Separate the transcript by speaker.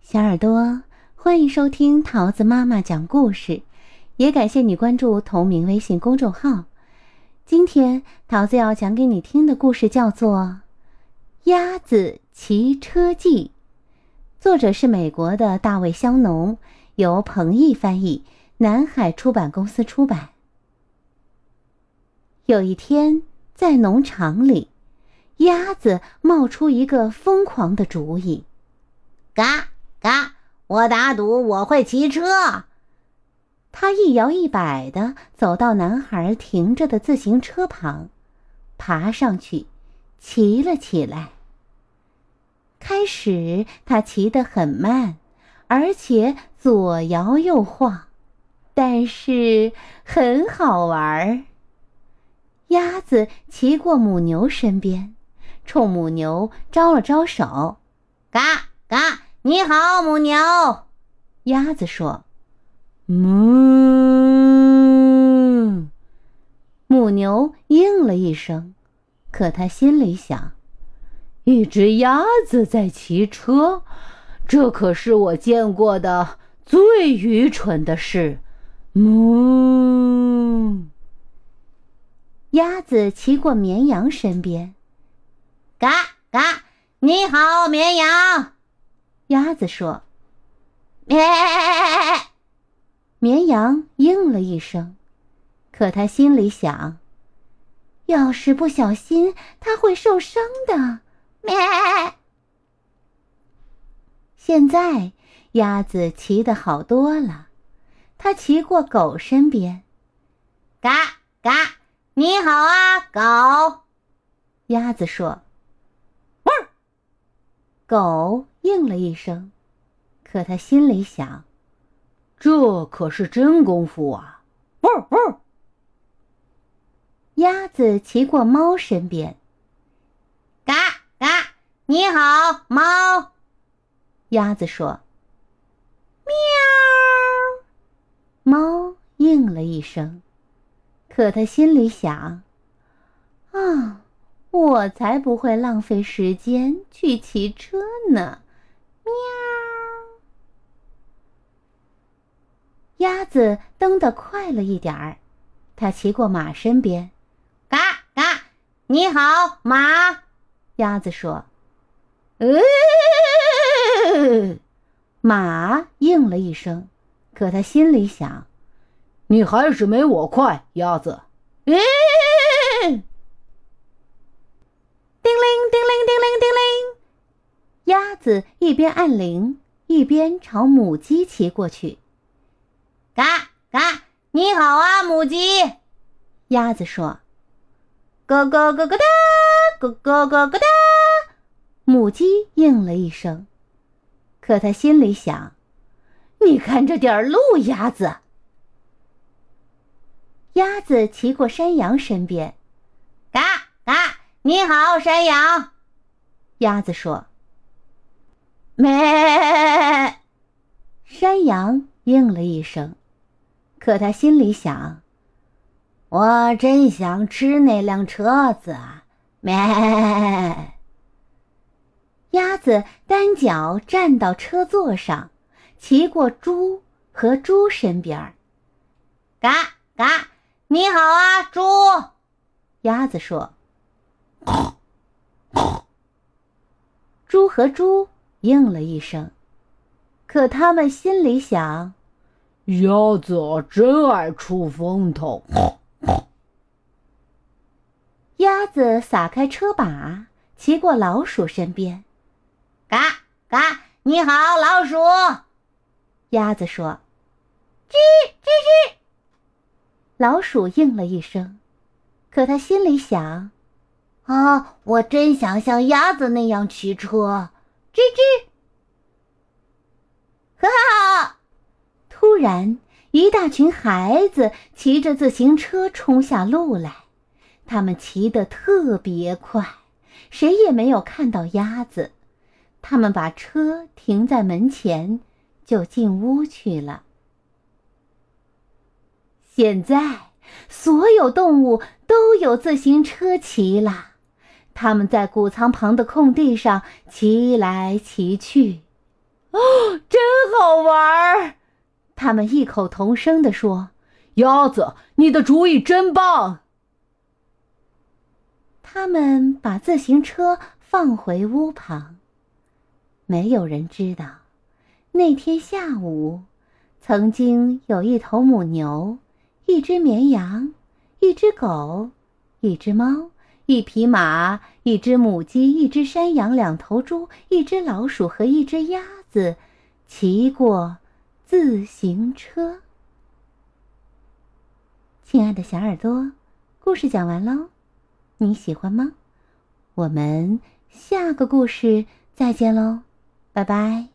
Speaker 1: 小耳朵，欢迎收听桃子妈妈讲故事，也感谢你关注同名微信公众号。今天桃子要讲给你听的故事叫做《鸭子骑车记》，作者是美国的大卫·香农，由彭毅翻译，南海出版公司出版。有一天，在农场里，鸭子冒出一个疯狂的主意：
Speaker 2: 嘎嘎！我打赌我会骑车。
Speaker 1: 它一摇一摆地走到男孩停着的自行车旁，爬上去，骑了起来。开始，它骑得很慢，而且左摇右晃，但是很好玩儿。鸭子骑过母牛身边，冲母牛招了招手。
Speaker 2: 嘎嘎！你好，母牛。
Speaker 1: 鸭子说：“哞。”嗯母牛应了一声，可它心里想：“
Speaker 3: 一只鸭子在骑车，这可是我见过的最愚蠢的事。”哞。
Speaker 1: 嗯鸭子骑过绵羊身边，
Speaker 2: 嘎嘎！你好，绵羊。
Speaker 1: 鸭子说。
Speaker 2: 咩！
Speaker 1: 绵羊应了一声，可他心里想：“要是不小心，它会受伤的。”
Speaker 2: 咩！
Speaker 1: 现在鸭子骑得好多了，它骑过狗身边，
Speaker 2: 嘎嘎！你好啊，狗。
Speaker 1: 鸭子说：“汪！”狗应了一声。可他心里想：“
Speaker 3: 这可是真功夫啊！”
Speaker 2: 呜呜。
Speaker 1: 鸭子骑过猫身边，
Speaker 2: 嘎嘎！你好，猫。
Speaker 1: 鸭子说：“
Speaker 2: 喵。”
Speaker 1: 猫应了一声，可他心里想：“啊，我才不会浪费时间去骑车呢！”喵。鸭子蹬得快了一点儿，它骑过马身边，
Speaker 2: 嘎嘎！你好，马。
Speaker 1: 鸭子说：“
Speaker 3: 呃。”
Speaker 1: 马应了一声，可它心里想：“
Speaker 3: 你还是没我快，鸭子。”
Speaker 2: 呃。
Speaker 1: 叮铃叮铃叮铃叮铃，鸭子一边按铃，一边朝母鸡骑过去。
Speaker 2: 嘎嘎！你好啊，母鸡。
Speaker 1: 鸭子说：“
Speaker 2: 咯咯咯咯哒，咯咯咯咯哒。”
Speaker 1: 母鸡应了一声，可它心里想：“
Speaker 3: 你看这点路，鸭子。”
Speaker 1: 鸭子骑过山羊身边，
Speaker 2: 嘎嘎！你好，山羊。
Speaker 1: 鸭子说：“
Speaker 2: 咩。”
Speaker 1: 山羊应了一声。可他心里想：“
Speaker 2: 我真想吃那辆车子啊！”咩！
Speaker 1: 鸭子单脚站到车座上，骑过猪和猪身边。
Speaker 2: 嘎嘎！你好啊，猪！
Speaker 1: 鸭子说。猪和猪应了一声，可他们心里想。
Speaker 3: 鸭子真爱出风头。
Speaker 1: 鸭子撒开车把，骑过老鼠身边。
Speaker 2: 嘎嘎！你好，老鼠。
Speaker 1: 鸭子说：“
Speaker 2: 吱吱吱。”
Speaker 1: 老鼠应了一声，可它心里想：“
Speaker 2: 啊，我真想像鸭子那样骑车。”吱吱。哈哈。
Speaker 1: 突然，一大群孩子骑着自行车冲下路来，他们骑得特别快，谁也没有看到鸭子。他们把车停在门前，就进屋去了。现在，所有动物都有自行车骑了，他们在谷仓旁的空地上骑来骑去。哦
Speaker 3: 真好玩儿！
Speaker 1: 他们异口同声地说
Speaker 3: 鸭子，你的主意真棒！：“
Speaker 1: 他们把自行车放回屋旁。”没有人知道，那天下午，曾经有一头母牛、一只绵羊、一只狗、一只猫、一匹马、一只母鸡、一只山羊、两头猪、一只老鼠和一只鸭子骑过自行车。亲爱的小耳朵，故事讲完哦喽，你喜欢吗？我们下个故事再见喽，拜拜。